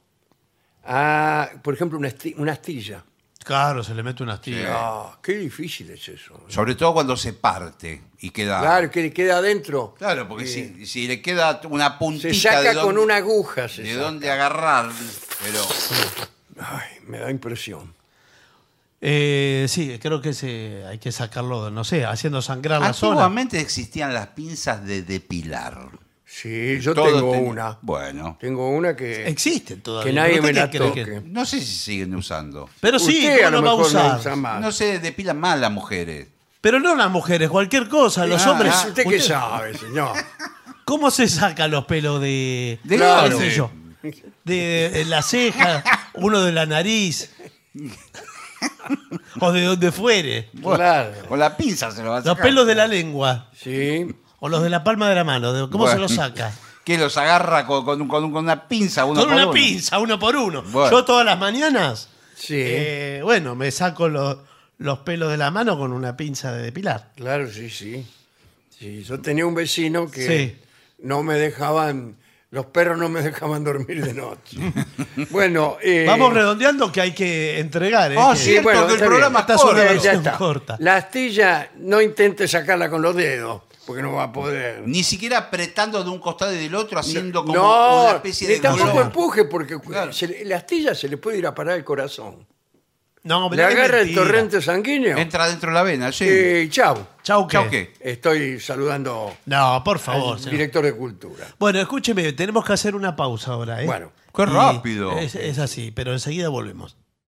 Speaker 1: Ah, por ejemplo, una, esti- una astilla.
Speaker 3: Claro, se le mete una astilla.
Speaker 1: Ah, qué difícil es eso.
Speaker 4: Sobre todo cuando se parte y
Speaker 3: Ah.
Speaker 4: queda.
Speaker 1: Claro, que queda adentro.
Speaker 4: Claro, porque
Speaker 1: Sí.
Speaker 4: si, si le queda una puntita
Speaker 1: Se saca
Speaker 4: de dónde,
Speaker 1: con una aguja. se
Speaker 4: de
Speaker 1: saca.
Speaker 4: dónde agarrar, pero
Speaker 1: Ay, me da impresión.
Speaker 3: Eh, sí, creo que se, hay que sacarlo, no sé, haciendo sangrar la zona.
Speaker 4: antiguamente existían las pinzas de depilar.
Speaker 1: Sí, yo
Speaker 4: Todos
Speaker 1: tengo
Speaker 4: ten-
Speaker 1: una.
Speaker 4: Bueno,
Speaker 1: Tengo una que,
Speaker 3: Existen todavía.
Speaker 1: que nadie
Speaker 3: ¿pero
Speaker 1: me
Speaker 3: usted
Speaker 1: la
Speaker 3: qué cree
Speaker 1: toque.
Speaker 3: que-
Speaker 4: no sé si siguen usando.
Speaker 3: Pero sí,
Speaker 1: Usted
Speaker 3: ¿cómo
Speaker 1: a lo
Speaker 3: no va a
Speaker 1: mejor
Speaker 3: usar?
Speaker 1: no usa más.
Speaker 4: No se depilan mal las mujeres.
Speaker 3: Pero no las mujeres, cualquier cosa, los
Speaker 4: Ah,
Speaker 3: hombres.
Speaker 1: ¿Usted qué
Speaker 3: usted-
Speaker 1: sabe, señor?
Speaker 3: ¿Cómo se sacan los pelos de,
Speaker 4: De
Speaker 3: qué
Speaker 1: dónde?
Speaker 3: sé yo? De, de la ceja, uno de la nariz. o de donde fuere.
Speaker 1: Claro.
Speaker 4: Con la pinza se lo va a
Speaker 3: Los
Speaker 4: sacar.
Speaker 3: pelos de la lengua.
Speaker 1: Sí.
Speaker 3: O los de la palma de la mano. de- ¿Cómo se
Speaker 4: Bueno.
Speaker 3: los saca?
Speaker 4: Que los agarra con, con un- con un- con una pinza, uno
Speaker 3: Con
Speaker 4: por
Speaker 3: una
Speaker 4: uno.
Speaker 3: pinza, uno por uno.
Speaker 4: Bueno.
Speaker 3: Yo todas las mañanas,
Speaker 1: Sí.
Speaker 3: eh, bueno, me saco los, los pelos de la mano con una pinza de depilar.
Speaker 1: Claro, sí, sí. Sí, Yo tenía un vecino que
Speaker 3: Sí.
Speaker 1: no me dejaban, los perros no me dejaban dormir de noche. bueno, eh,
Speaker 3: Vamos redondeando que hay que entregar. ¿eh?
Speaker 4: Ah,
Speaker 3: Que-
Speaker 1: sí,
Speaker 4: cierto,
Speaker 1: bueno,
Speaker 4: que el
Speaker 1: está
Speaker 4: programa es
Speaker 3: bien. Estás
Speaker 4: corto.
Speaker 3: una
Speaker 1: ya
Speaker 3: versión
Speaker 1: está.
Speaker 3: corta.
Speaker 1: La astilla no intente sacarla con los dedos, porque no va a poder.
Speaker 4: Ni siquiera apretando de un costado y del otro, haciendo como
Speaker 1: no,
Speaker 4: una especie
Speaker 1: ni
Speaker 4: de
Speaker 1: tampoco
Speaker 4: goma.
Speaker 1: empuje, porque
Speaker 4: Claro.
Speaker 1: se le- la astilla se le puede ir a parar el corazón.
Speaker 3: No,
Speaker 1: Le
Speaker 3: pero es
Speaker 1: agarra el
Speaker 3: mentira.
Speaker 1: torrente sanguíneo
Speaker 4: Entra dentro de la vena, sí.
Speaker 1: y chau.
Speaker 3: Chau, ¿qué?
Speaker 4: Chau, ¿qué?
Speaker 1: Estoy saludando
Speaker 3: No, por favor.
Speaker 1: al
Speaker 3: señor.
Speaker 1: director de cultura.
Speaker 3: Bueno, escúcheme, tenemos que hacer una pausa ahora. ¿eh?
Speaker 1: Bueno,
Speaker 4: qué
Speaker 3: Y
Speaker 4: rápido.
Speaker 3: Es, es así, pero enseguida volvemos.